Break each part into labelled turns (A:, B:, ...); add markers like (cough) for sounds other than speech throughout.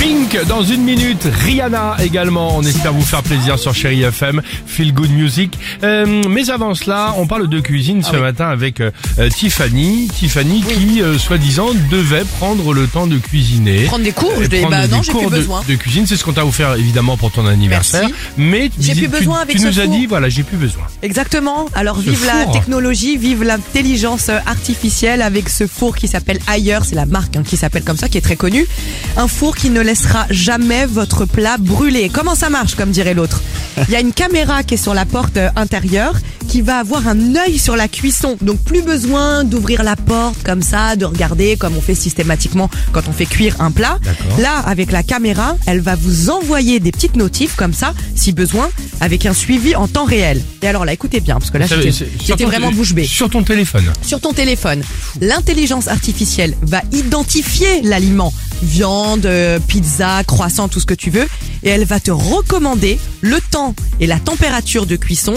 A: Pink dans une minute, Rihanna également, on espère vous faire plaisir sur Chéri FM, Feel Good Music. Euh, mais avant cela, on parle de cuisine ce
B: Ah
A: matin avec euh, euh, Tiffany, Tiffany qui, euh, soi-disant, devait prendre le temps de cuisiner.
B: Prendre des cours,
A: Euh,
B: je dis,
A: prendre
B: bah
A: des
B: non, j'ai plus
A: cours de-
B: besoin.
A: De, cuisine, c'est ce qu'on t'a offert évidemment pour ton anniversaire.
B: Merci.
A: Mais
B: J'ai
A: dis-
B: plus
A: tu-
B: besoin avec
A: tu
B: ce
A: nous as
B: four.
A: dit, voilà, j'ai plus besoin.
B: Exactement. Alors vive la
A: four.
B: technologie, vive l'intelligence euh, artificielle avec ce four qui s'appelle Ailleurs, c'est la marque hein, qui s'appelle comme ça, qui est très connue. Un four qui ne laissera jamais votre plat brûler. Comment ça marche, comme dirait l'autre Il y a une caméra qui est sur la porte euh, intérieure qui va avoir un œil sur la cuisson. Donc plus besoin d'ouvrir la porte comme ça, de regarder comme on fait systématiquement quand on fait cuire un plat.
A: D'accord.
B: Là, avec la caméra, elle va vous envoyer des petites notifs comme ça, si besoin, avec un suivi en temps réel. Et alors là, écoutez bien, parce que là,
A: Ça,
B: j'étais
A: c'est- sur
B: j'étais
A: ton-
B: vraiment bouche bée.
A: Sur ton téléphone.
B: Sur ton téléphone, l'intelligence artificielle va identifier l'aliment, viande, euh, pizza, croissant, tout ce que tu veux, et elle va te recommander le temps et la température de cuisson,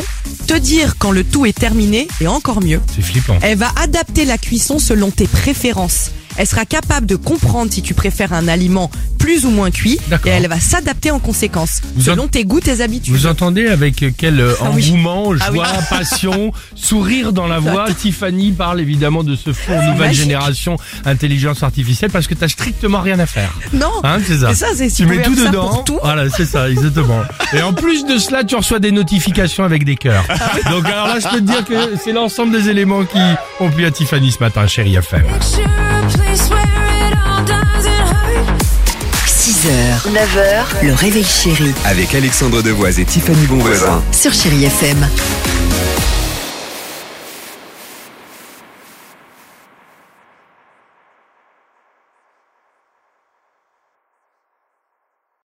B: te dire quand le tout est terminé, et encore mieux,
A: C'est flippant.
B: elle va adapter la cuisson selon tes préférences. Elle sera capable de comprendre si tu préfères un aliment plus ou moins cuit
A: D'accord.
B: et elle va s'adapter en conséquence,
A: Vous en-
B: selon tes goûts, tes habitudes.
A: Vous entendez avec quel euh,
B: (laughs) Ah oui.
A: engouement,
B: Ah oui.
A: joie, passion, sourire dans la voix. Tiffany parle évidemment de ce four nouvelle
B: magique.
A: génération intelligence artificielle parce que t'as strictement rien à faire.
B: Non,
A: Hein, c'est ça.
B: C'est ça, c'est- si
A: tu
B: vous
A: mets
B: pouvez
A: tout
B: faire ça
A: dedans.
B: pour tout.
A: Voilà, c'est ça, exactement. Et en plus de cela, tu reçois des notifications avec des cœurs.
B: Ah
A: Donc alors là, je peux te dire que c'est l'ensemble des éléments qui ont plu à Tiffany ce matin, chérie FM.
C: Picture a place where it all doesn't hurt.
D: 6h, 9h, le réveil chéri
E: Avec Alexandre Devoise et Tiffany Bonvoisin.
D: sur Chéri FM.